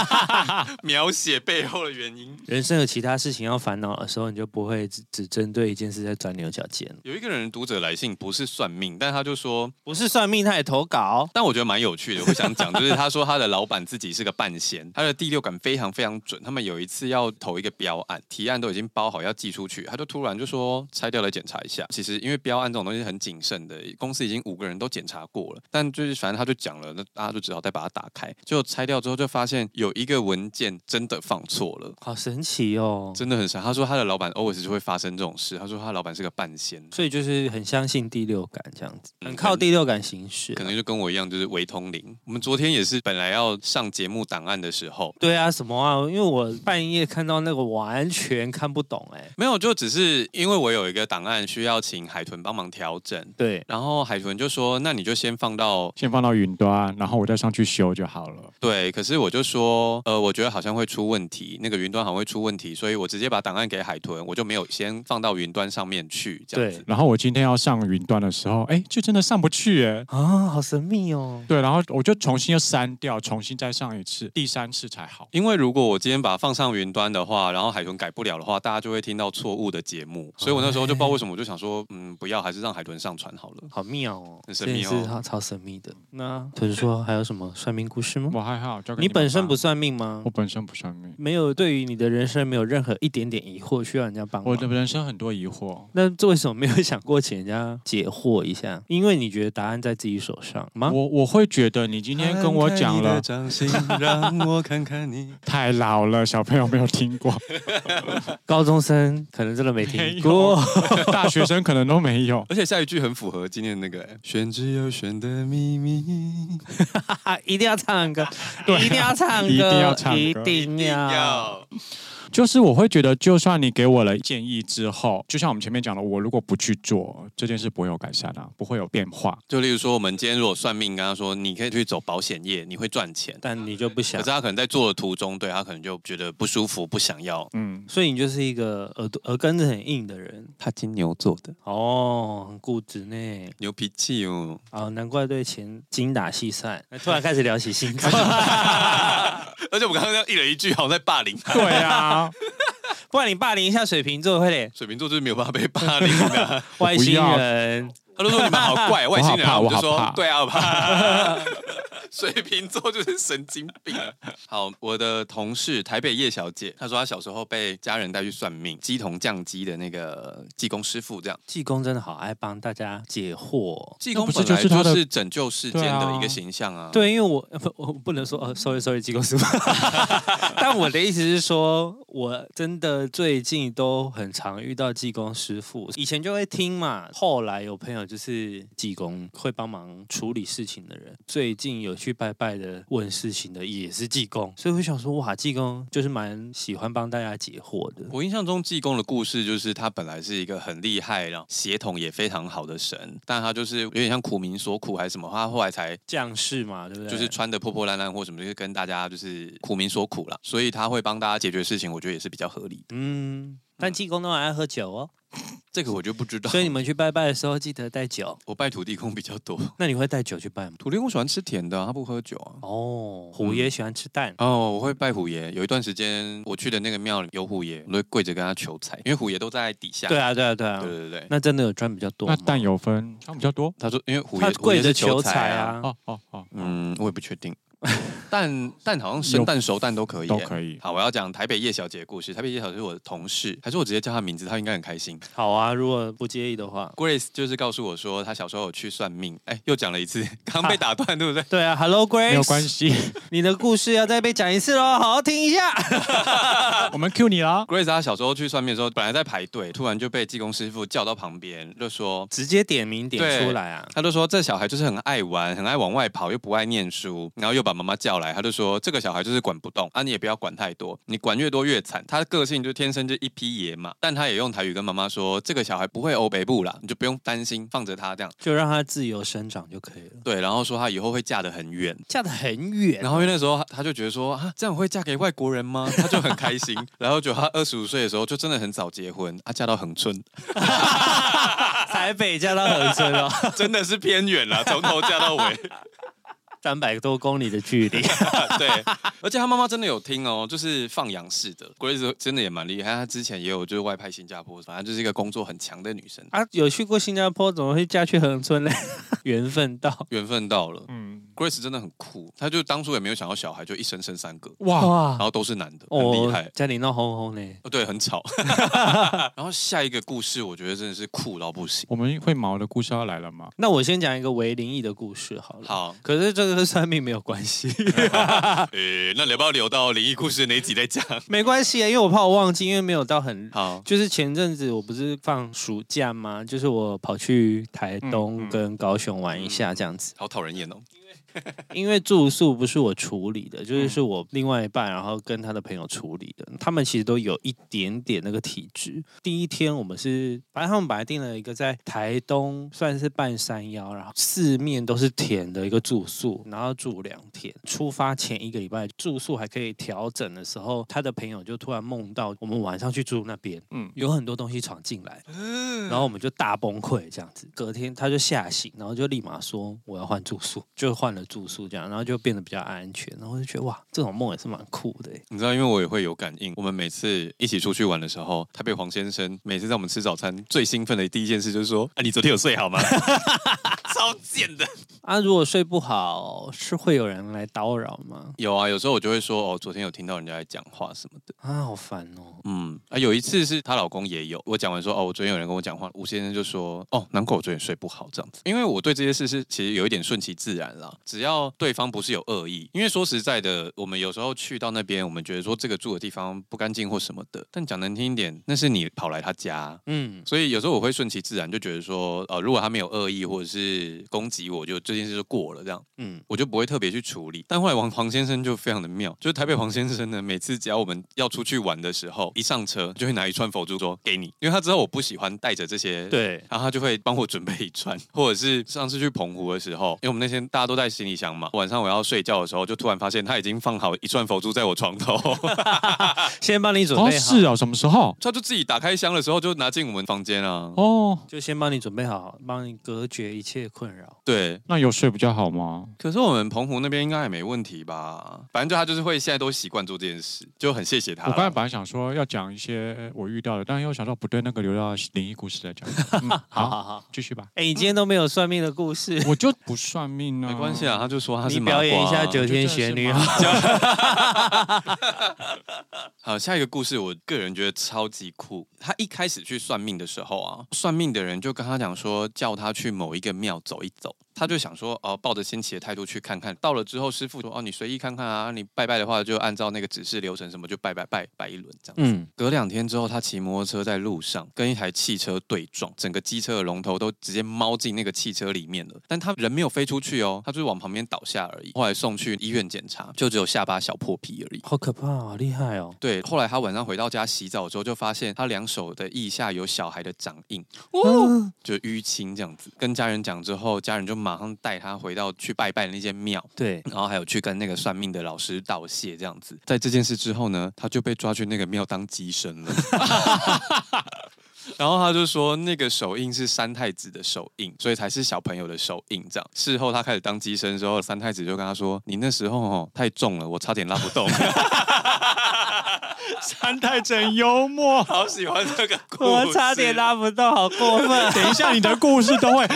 *laughs* 描写背后的原因。人生有其他事情要烦恼的时候，你就不会只只针对一件事在钻牛角尖。有一个人读者来信不是算命，但他就说，不是算命，他也投稿。但我觉得蛮有趣的，我想讲就是他说他的老板自己是个半仙，他的第六感非常非常准。他们有一次要投一个标案，提案都已经包好要寄出去，他就突然就说拆掉来检查一下。其实因为标案这种东西很谨慎的，公司已经五个人都检查过了，但就是反正他就讲了，那大家就只好再把它打开。结果拆掉之后就发现有一个文件真的放错了。好神奇哦！真的很傻，他说他的老板 always 就会发生这种事。他说他老板是个半仙，所以就是很相信第六感这样子，嗯很靠第六感行事啊可。能就跟我一样，就是微通灵。我们昨天也是本来要上节目档案的时候，对啊，什么啊？因为我半夜看到那个完全看不懂哎、没有，就只是因为我有一个档案需要请海豚帮忙调整，对，然后海豚就说：“那你就先放到。”先放到云端，然后我再上去修就好了。对，可是我就说，呃，我觉得好像会出问题，那个云端好像会出问题，所以我直接把档案给海豚，我就没有先放到云端上面去，这样子对。然后我今天要上云端的时候，哎，就真的上不去哎。啊，好神秘哦。对，然后我就重新又删掉，重新再上一次，第三次才好。因为如果我今天把它放上云端的话，然后海豚改不了的话，大家就会听到错误的节目，所以我那时候就不知道为什么，我就想说，嗯，不要，还是让海豚上传好了。好妙哦，很神秘哦真的是超超神秘的。那可是说还有什么算命故事吗？我还好，交给你们本身吧不，算命吗我？本身不算命，没有，对于你的人生没有任何一点点疑惑，需要人家帮忙。我的人生很多疑惑。那这为什么没有想过请人家解惑一下？因为你觉得答案在自己手上吗？我我会觉得你今天跟我讲了，让我看看你。太老了，小朋友没有听 *laughs* 过，高中生可能真的没没听有过。 *laughs* *laughs* 大学生可能都没有。 *laughs* 而且下一句很符合今天的那个、欸“玄之又玄的秘密啊，一定要唱歌， *laughs* 对啊一定要唱歌，一定要唱歌一定”，要。要就是我会觉得，就算你给我了建议之后，就像我们前面讲的，我如果不去做这件事，不会有改善啊，不会有变化。就例如说，我们今天如果算命，跟他说你可以去走保险业，你会赚钱，但你就不可想是，啊他可能在做的途中，对他可能就觉得不舒服，不想要。 *laughs* 嗯，所以你就是一个耳朵耳根子很硬的人他金牛座的，哦，很固执呢。牛脾气哦。啊，难怪对钱精打细 *laughs* 算。突然开始聊起星座， *laughs* 而且我刚刚要一人一句，好像在霸凌他。对啊， *laughs* 不然你霸凌一下水瓶座会嘞，水瓶座就是没有办法被霸凌啊的、 *laughs* 外不星要人。他就说你们好 *laughs* 怪，外星人啊，我好怕我就我好说怕对啊，我怕。 *laughs* 水瓶座就是神经病。啊好，我的同事台北叶小姐，她说她小时候被家人带去算命，鸡同降鸡的那个济公师傅，这样济公真的好爱帮大家解惑。济公那不本是来就是他的就是拯救世间对的啊一个形象啊。对，因为我呃不我不能说呃，sorry sorry，济公师傅。 *laughs* 但我的意思是说，我真的最近都很常遇到济公师傅，以前就会听嘛，后来有朋友就是济公会帮忙处理事情的人，最近有去拜拜的问事情的也是济公，所以我想说，哇，济公就是蛮喜欢帮大家解惑的。我印象中，济公的故事就是他本来是一个很厉害，然后协同也非常好的神，但他就是有点像苦民所苦还是什么，他后来才将士嘛，对不对？就是穿的破破烂烂或什么，就是跟大家就是苦民所苦啦，所以他会帮大家解决事情，我觉得也是比较合理的。 *laughs* 嗯，但济公都很爱喝酒哦。这个我就不知道。所以你们去拜拜的时候记得带酒。我拜土地公比较多，那你会带酒去拜吗？土地公喜欢吃甜的啊、他不喝酒啊。哦，虎爷喜欢吃蛋，哦，我会拜虎爷。有一段时间我去的那个庙里有虎爷，我都会跪着跟他求财，因为虎爷都在底下。对啊，对啊，对啊对。对对对。那真的有赚比较多那吗？蛋有分，它比较多。他说，因为虎他爷跪着求财财啊。哦哦哦，嗯，我也不确定。但但好像生有蛋熟蛋都可以耶，都可以好，我要讲台北叶小姐的故事。台北叶小姐是我的同事，还是我直接叫她名字，她应该很开心。好啊，如果不介意的话。 Grace 就是告诉我说，她小时候有去算命，哎、又讲了一次，刚被打断，对不对？对啊，Hello Grace，没有关，系，你的故事要再被讲一次喽，好好听一下。我们 Q 你了。 Grace 她小时候去算命的时候，本来在排队，突然就被技工师傅叫到旁边，就说。直接点名点对出来啊！他就说这小孩就是很爱玩，很爱往外跑，又不爱念书，然后又把妈妈叫来，他就说这个小孩就是管不动啊，你也不要管太多，你管越多越惨。他个性就天生就一匹野马，但他也用台语跟妈妈说，这个小孩不会欧北部啦，你就不用担心，放着他这样。就让它自由生长就可以了。对，然后说他以后会嫁得很远。嫁得很远，啊然后因为那时候他就觉得说啊，这样我会嫁给外国人吗？ *laughs* 他就很开心。然后就他二十五岁的时候就真的很早结婚， *laughs* 啊，嫁到恒春， *laughs* 台北嫁到恒春哦，真的是偏远 *laughs* 啦，从头嫁到尾。 *laughs* 三百多公里的距离。对，而且他妈妈真的有听哦，就是放羊式的。Grace 真的也蛮厉害，她之前也有就是外派新加坡，反正就是一个工作很强的女生。啊，有去过新加坡，怎么会嫁去恒春呢？ *laughs* 缘分到缘分到了嗯， ，Grace 真的很酷，她就当初也没有想要小孩，就一生生三个，哇，哇然！后都是男的，很厉害。哦家里闹哄哄呢。哦，对，很 *laughs* 吵。然后下一个故事，我觉得真的是酷到不行。我们会毛的故事要来了吗？那我先讲一个为灵异的故事好了。，好，可是这个跟算命没有 *laughs* 关系， *laughs* 呃，那你要不要留到灵异故事那一集再讲？没关系啊，因为我怕我忘记，因为没有到很。好，就是前阵子我不是放暑假吗？就是我跑去台嗯东嗯跟高雄玩一下这样子。 *laughs* 好讨人厌哦。因为住宿不是我处理的，就是是我另外一半，然后跟他的朋友处理的。他们其实都有一点点那个体质。第一天我们是，反正他们本来定了一个在台东，算是半山腰，然后四面都是田的一个住宿，然后住两天。出发前一个礼拜，住宿还可以调整的时候，他的朋友就突然梦到我们晚上去住那边，嗯，有很多东西闯进来，然后我们就大崩溃这样子。隔天他就吓醒，然后就立马说我要换住宿，就换了住宿这样，然后就变得比较安全。然后就觉得哇，这种梦也是蛮酷的欸。你知道，因为我也会有感应。我们每次一起出去玩的时候，台北黄先生每次在我们吃早餐，最兴奋的第一件事就是说：“啊，你昨天有睡好吗？” *laughs* 超贱的。啊，如果睡不好，是会有人来叨扰吗？有啊，有时候我就会说：“哦，昨天有听到人家在讲话什么的。啊，好烦哦”。嗯，啊，有一次是她老公也有，我讲完说：“哦，我昨天有人跟我讲话。”吴先生就说：“哦，难怪我昨天睡不好这样子。”因为我对这些事是其实有一点顺其自然啦，只要对方不是有恶意。因为说实在的，我们有时候去到那边，我们觉得说这个住的地方不干净或什么的，但讲难听一点，那是你跑来他家啊。嗯，所以有时候我会顺其自然，就觉得说，呃，如果他没有恶意或者是攻击我，就这件事就过了，这样嗯，我就不会特别去处理。但后来王黄先生就非常的妙，就是台北黄先生呢，每次只要我们要出去玩的时候，一上车就会拿一串佛珠说给你，因为他知道我不喜欢带着这些。。对，然后他就会帮我准备一串，或者是上次去澎湖的时候，因为我们那天大家都带行李箱嘛，晚上我要睡觉的时候，就突然发现他已经放好一串佛珠在我床头， *laughs* 先帮你准哦，备好，是哦，什么时候？他就自己打开箱的时候就拿进我们房间啊。哦，就先帮你准备好，帮你隔绝一切困扰。对，那有睡比较好吗？可是我们澎湖那边应该也没问题吧？反正就他就是会现在都习惯做这件事，就很谢谢他我啦。刚才本来想说要讲一些我遇到的，但又想到不对，那个留到灵异故事再讲。嗯好，好好，继续吧。哎、你今天都没有算命的 *laughs* 故事，我就不算命啊，没关系啊，他就说他是你麻瓜啊表演一下九天玄女啊好。好，下一个故事，我个人觉得超级酷。他一开始去算命的时候啊，算命的人就跟他讲说，叫他去某一个庙走一走。他就想说，哦，抱着新奇的态度去看看。到了之后，师傅说，哦，你随意看看啊，你拜拜的话就按照那个指示流程什么就拜拜拜拜一轮这样。嗯，隔两天之后，他骑摩托车在路上跟一台汽车对撞，整个机车的龙头都直接猫进那个汽车里面了。但他人没有飞出去哦，他就是往旁边倒下而已。后来送去医院检查，就只有下巴小破皮而已。好可怕、哦，好厉害哦。对，后来他晚上回到家洗澡之后，就发现他两手的腋下有小孩的掌印，嗯就淤青这样子。跟家人讲之后，家人就马上带他回到去拜拜的那间庙。对，然后还有去跟那个算命的老师道谢，这样子。在这件事之后呢，他就被抓去那个庙当鸡生了。 *laughs* 然后他就说那个手印是三太子的手印，所以才是小朋友的手印这样。事后他开始当机身之后，三太子就跟他说：“你那时候哦太重了，我差点拉不 *laughs* 动。 *laughs* 三太真幽默”。好喜欢这个故事，我差点拉不动，好过分！啊等一下，你的故事都会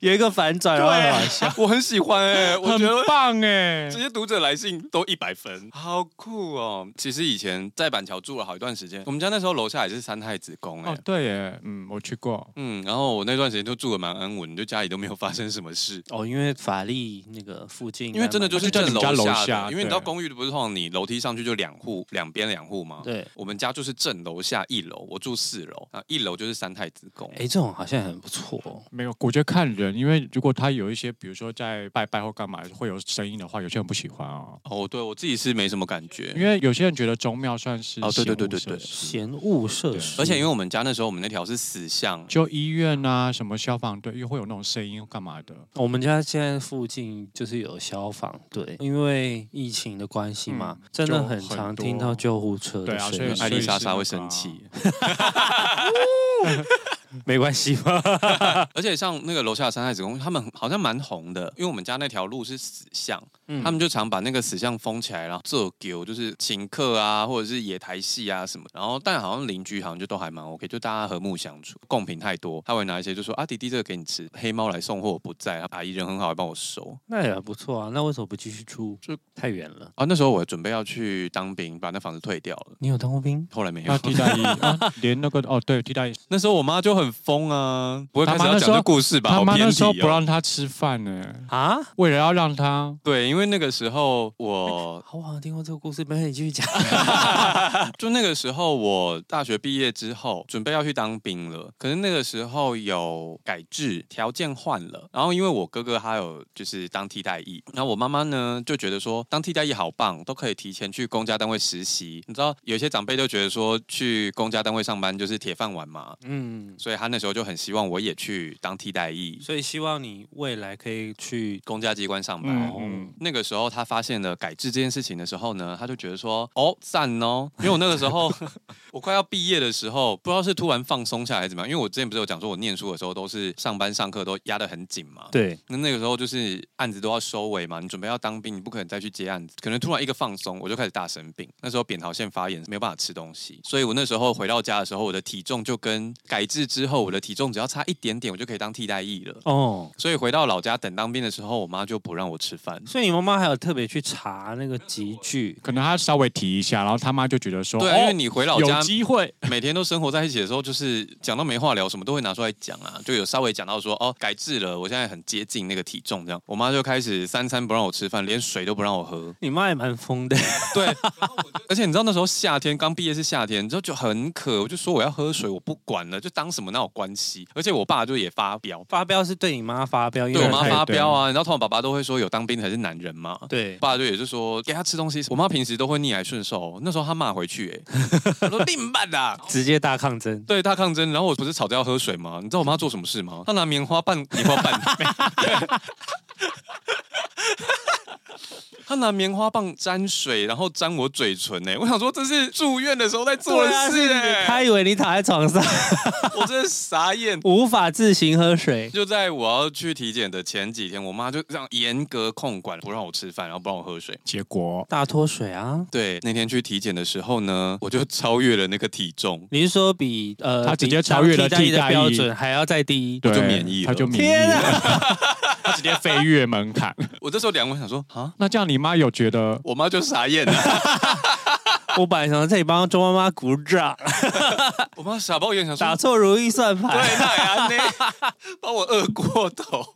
有一个反转，然后很好笑。我很喜欢哎、我很觉欸得棒哎、这些读者来信都一百分，好酷哦！其实以前在板桥住了好一段时间，我们家那时候楼下也是三太子宫哎、哦，对耶，嗯，我去过。嗯，然后我那段时间就住的蛮安稳，就家里都没有发生什么事。哦，因为法力那个附近应该因蛮，为真的就是就在正你们家楼下下的，因为对你知道公寓不是通常你楼梯上去就两户，两边两户吗？对。我们家就是正楼下一楼，我住四楼啊，一楼就是三太子宫。哎，这种好像很不错哦。没有，我觉得看人，因为如果他有一些，比如说在拜拜或干嘛会有声音的话，有些人不喜欢哦。哦，对我自己是没什么感觉，因为有些人觉得宗庙算是哦对对闲物对对设对施闲物设对施，而且因为我们家那时候我们那条是死巷，就医院啊，什么消防队又会有那种声音干嘛的，我们家现在附近就是有消防队，因为疫情的关系嘛，真的很就很常多听到救护车对的啊声所以音。所艾丽以莎是莎那会个生啊气。没关系吧？而且像那个楼下的三太子宫，他们好像蛮红的，因为我们家那条路是死巷，嗯他们就常把那个死巷封起来，然后做狗，就是请客啊，或者是野台戏啊什么。然后但好像邻居好像就都还蛮 OK，就大家和睦相处，贡品太多，他会拿一些就说啊弟弟这个给你吃，黑猫来送货我不在，阿姨人很好，还帮我收。 *laughs* 那也不错啊。那为什么不继续住？就太远了。啊，那时候我准备要去当兵，把那房子退掉了。你有当过兵？后来没有那，替代役、啊、连那个哦，对，替代役 *laughs* 那时候我妈就很疯啊，不会开他始妈要那讲时候这故事吧？他好妈偏那题时候不哦。让他吃饭呢，啊？为了要让他对，因为那个时候我好，我好像听过这个故事，没事，你继续讲。就那个时候，我大学毕业之后，准备要去当兵了。可是那个时候有改制，条件换了。然后因为我哥哥他有就是当替代役，然后我妈妈呢就觉得说当替代役好棒，都可以提前去公家单位实习。你知道有些长辈就觉得说去公家单位上班就是铁饭碗嘛，嗯，所以他那时候就很希望我也去当替代役，所以希望你未来可以去公家机关上班。嗯嗯那个时候他发现了改制这件事情的时候呢，他就觉得说，哦，赞哦，因为我那个时候我快要毕业的时候，不知道是突然放松下来还是怎么样，因为我之前不是有讲说我念书的时候都是上班上课都压得很紧嘛。对那那个时候就是案子都要收尾嘛，你准备要当兵，你不可能再去接案子，可能突然一个放松，我就开始大生病。那时候扁桃腺发炎，没有办法吃东西，所以我那时候回到家的时候，我的体重就跟改制之后我的体重只要差一点点，我就可以当替代役了。哦。所以回到老家等当兵的时候，我妈就不让我吃饭。所以你妈妈还有特别去查那个集聚，可能他稍微提一下，然后他妈就觉得说，对啊，因为你回老哦、有家机会，每天都生活在一起的时候，就是讲到没话聊，什么都会拿出来讲啊，就有稍微讲到说哦改制了，我现在很接近那个体重这样。我妈就开始三餐不让我吃饭，连水都不让我喝。你妈也蛮疯的。 *laughs* 对，而且你知道那时候夏天刚毕业是夏天，之后就很渴，我就说我要喝水，我不管了，就当什么那有关系。而且我爸就也发飙，发飙是对你妈发飙，因为对我妈太发飙啊，你知道通常爸爸都会说有当兵才是男人嘛。对我，爸就也是说给他吃东西，我妈平时都会逆来顺受，那时候他骂回去、欸， *laughs* 我说另啊办啦，直接大抗争。对，大抗争。然后我不是吵着要喝水吗？你知道我妈做什么事吗？她拿棉花棒，棉花棒， *laughs* 她拿棉花棒沾水，然后沾我嘴唇欸呢、我想说这是住院的时候在做的事哎、他以为啊你躺在床上我真的傻眼。无法自行喝水，就在我要去体检的前几天，我妈就这样严格控管，不让我吃饭，然后不让我喝水。结果大脱水啊！对，那天去体检的时候呢，我就超越了那个体重，你是说比呃，他直接比超越了当替代的替代役标准还要再低？对就免疫了啊他就免疫天了， *laughs* 他直接飞跃门槛。我这时候两我想说啊，那这样你妈有觉 *laughs* 得我妈就傻眼了，我本来想在这里帮周妈妈鼓掌，我妈傻爆眼想说打错如意算对，盘。那也安 *laughs* 呢，把我饿过头。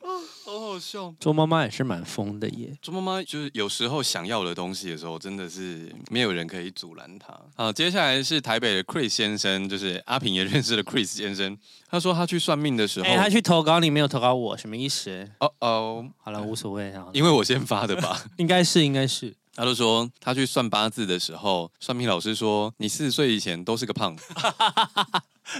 啊好好笑。周妈妈也是蛮疯的耶，猪妈妈就是有时候想要的东西的时候，真的是没有人可以阻拦她。好，接下来是台北的 Chris 先生，就是阿平也认识的 Chris 先生。他说他去算命的时候，哎、他去投稿你没有投稿我，什么意思？哦哦，好了，无所谓啊，因为我先发的 *laughs* 吧。应该是应该是。他就说他去算八字的时候，算命老师说你四十岁以前都是个 *laughs* 胖子，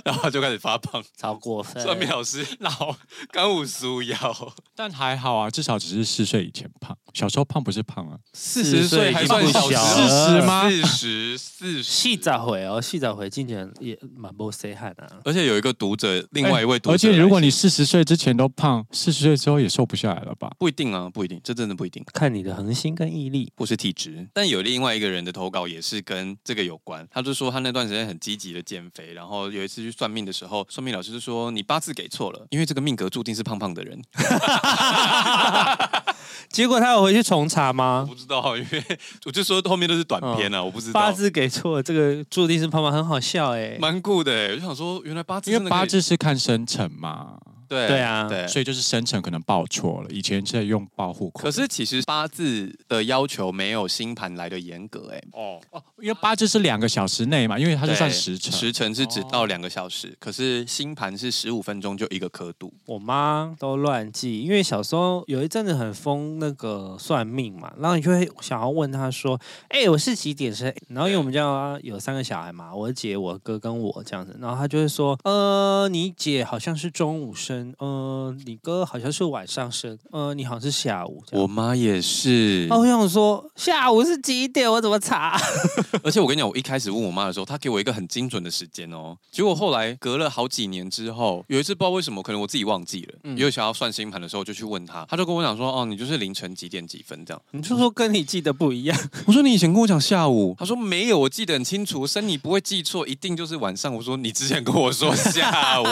然后他就开始发胖。超过分！算命老师老刚武苏腰。但还好啊，至少只是四岁以前胖，小时候胖不是胖啊，四十岁还算小40时四十吗四十四十。细咋回哦，细咋回，今年也蛮不 say 汗啊。而且有一个读者，另外一位读者来信，哎而且如果你四十岁之前都胖，四十岁之后也瘦不下来了吧？不一定啊，不一定，这真的不一定。看你的恒心跟毅 *laughs* 力，或是体质，但有另外一个人的投稿也是跟这个有关。他就说他那段时间很积极的减肥，然后有一次去算命的时候，算命老师就说你八字给错了，因为这个命格注定是胖胖的 *laughs* 人。结果他有回去重查吗？不知道，因为我就说后面都是嗯短篇啊，我不知道八字给错了，这个注定是胖胖，很好笑哎、蛮酷的欸，我就想说原来八字因真为的可以八字是看生辰嘛，对对啊对。所以就是生辰可能报错了，以前是在用报户口。可是其实八字的要求没有星盘来的严格哎，哦，因为八字是两个小时内嘛，因为它是算对时辰。时辰是只到两个小时，可是星盘是十五分钟就一个刻度。我妈都乱记，因为小时候有一阵子很疯那个算命嘛，然后你就会想要问她说：“哎、我是几点生？”然后因为我们家有三个小孩嘛，我姐、我哥跟我这样子，然后她就会说：“呃，你姐好像是中午生，呃，你哥好像是晚上生，呃，你好像是下午。”这我样。妈也是，哦，我想说下午是几点？我怎么查？ *laughs* *laughs* 而且我跟你讲，我一开始问我妈的时候，她给我一个很精准的时间哦。结果后来隔了好几年之后，有一次不知道为什么，可能我自己忘记了，嗯也有想要算星盘的时候，就去问她，她就跟我讲说：“哦，你就是凌晨几点几分这样。你就说跟你记得不一样。” *laughs* 我说：“你以前跟我讲下午。”她说：“没有，我记得很清楚，生你不会记错，一定就是晚上。”我说：“你之前跟我说下 *laughs* 午，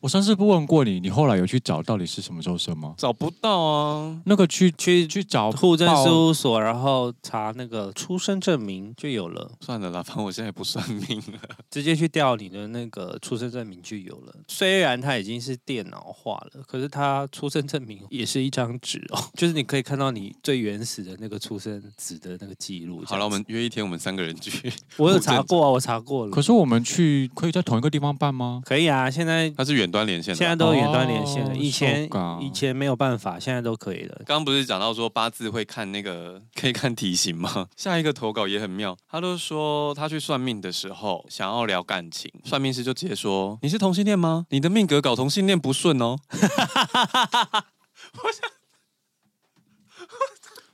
我上次不问过你，你后来有去找到底是什么时候生吗？找不到啊。”那个去去去找户政报事务所，然后查那个出生证明就有了，算了啦，反正我现在也不算命了。直接去调你的那个出生证明就有了。虽然它已经是电脑化了，可是它出生证明也是一张纸哦， *laughs* 就是你可以看到你最原始的那个出生纸的那个记录。好了，我这样们约一天，我们三个人去。 *laughs* 子我有户政查过啊，我查过了可，是我们去可以在同一个地方办吗？可以啊，现在。它是远端连线的。现在都有远端连线了，哦以前受噶以前没有办法，现在都可以了。刚刚不是讲到说八字会看那个 *laughs* 可以看体型吗？下一个投稿也很妙，他就说他去算命的时候想要聊感情，算命师就直接说你是同性恋吗？你的命格搞同性恋不顺哦。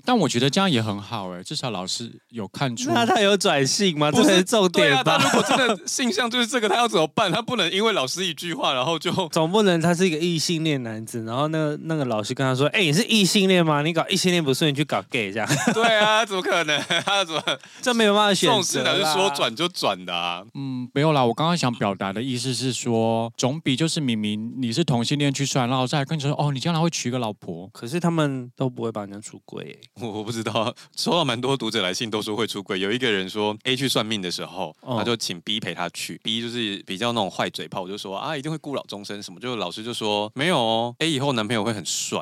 但我觉得这样也很好哎、至少老师有看出。那啊他有转性吗？这才是重 *laughs* 对点啊，他吧。如果真的性向就是这个，他要怎么办？他不能因为老师一句话，然 *laughs* 后就总不能他是一个异性恋男子，然后那个那个老师跟他说：“哎、你是异性恋吗？你搞异性恋不顺，你去搞 gay 这样，对啊，怎么可能？ *laughs* 他怎么这没有办法这选择种啦。”事呢？就说转就转的啊。嗯，没有啦，我刚刚想表达的意思是说，总比就是明明你是同性恋去算，然后老师还跟你说哦，你将来会娶一个老婆。可是他们都不会把人家出轨、欸。我我不知道啊，收到蛮多读者来信，都说会出轨。有一个人说 A 去算命的时候，哦他就请 B 陪他去，B 就是比较那种坏嘴炮，就说啊一定会孤老终生什么，就老师就说没有哦，A 以后男朋友会很帅，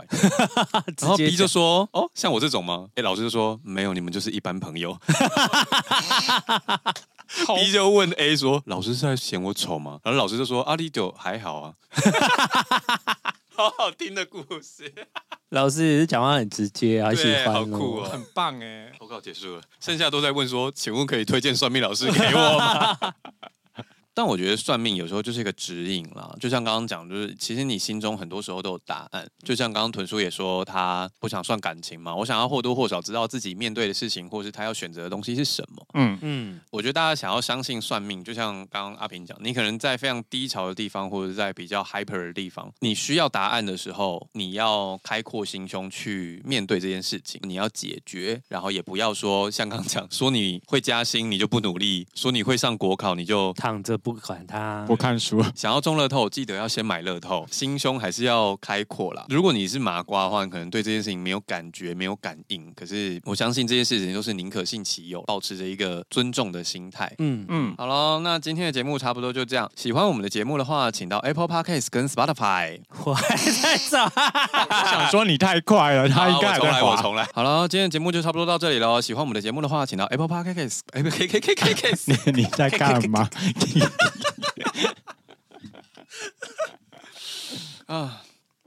然后 B 就说哦像我这种吗？哎老师就说没有，你们就是一般朋友。B 就问 A 说：“老师是在嫌我丑吗？”然后老师就说：“阿丽就还好啊。” *laughs* 好好听的故事，老师也是讲话很直接啊，喜对，欢、好酷哦！棒哎、投稿结束了，剩下都在问说，请问可以推荐算命老师给我吗？ *laughs* 但我觉得算命有时候就是一个指引啦，就像刚刚讲，就是其实你心中很多时候都有答案。就像刚刚屯叔也说，他不想算感情嘛，我想要或多或少知道自己面对的事情，或是他要选择的东西是什么。嗯，嗯，我觉得大家想要相信算命，就像刚刚阿平讲，你可能在非常低潮的地方，或者在比较 hyper 的地方，你需要答案的时候，你要开阔心胸去面对这件事情，你要解决，然后也不要说像刚刚讲，说你会加薪你就不努力，说你会上国考你就。躺着不管他不。看书。想要中乐透，记得要先买乐透，心胸还是要开阔啦。如果你是麻瓜的话，你可能对这件事情没有感觉、没有感应。可是我相信这些事情都是宁可信其有，保持着一个尊重的心态。嗯， *laughs* 嗯，好喽，那今天的节目差不多就这样。喜欢我们的节目的话，请到 Apple Podcast 跟 Spotify。我 *laughs* 还在找。想说你太快了，他应该好还我重来，在我滑。重来。好了，今天的节目就差不多到这里喽。喜欢我们的节目的话，请到 Apple Podcast，哎，不，K K K K *laughs* *laughs* K，你在干嘛？啊。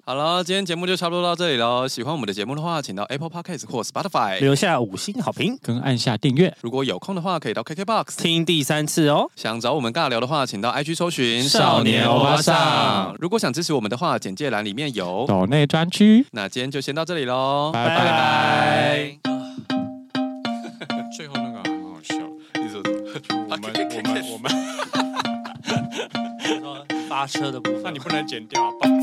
好了，今天节目就差不多到这里喽。喜欢我们的节目的话，请到 Apple Podcast 或 Spotify。留下五星好评，跟按下订阅。如果有空的话，可以到 KKBox。听第三次哦。想找我们尬聊的话，请到 IG 搜寻少年欧巴桑。如果想支持我们的话，简介栏里面有。岛内专区，那今天就先到这里喽，拜拜拜。最后那个还蛮好笑。你说什么 *laughs* 我们我们我们，发车的部分那你不能剪掉啊。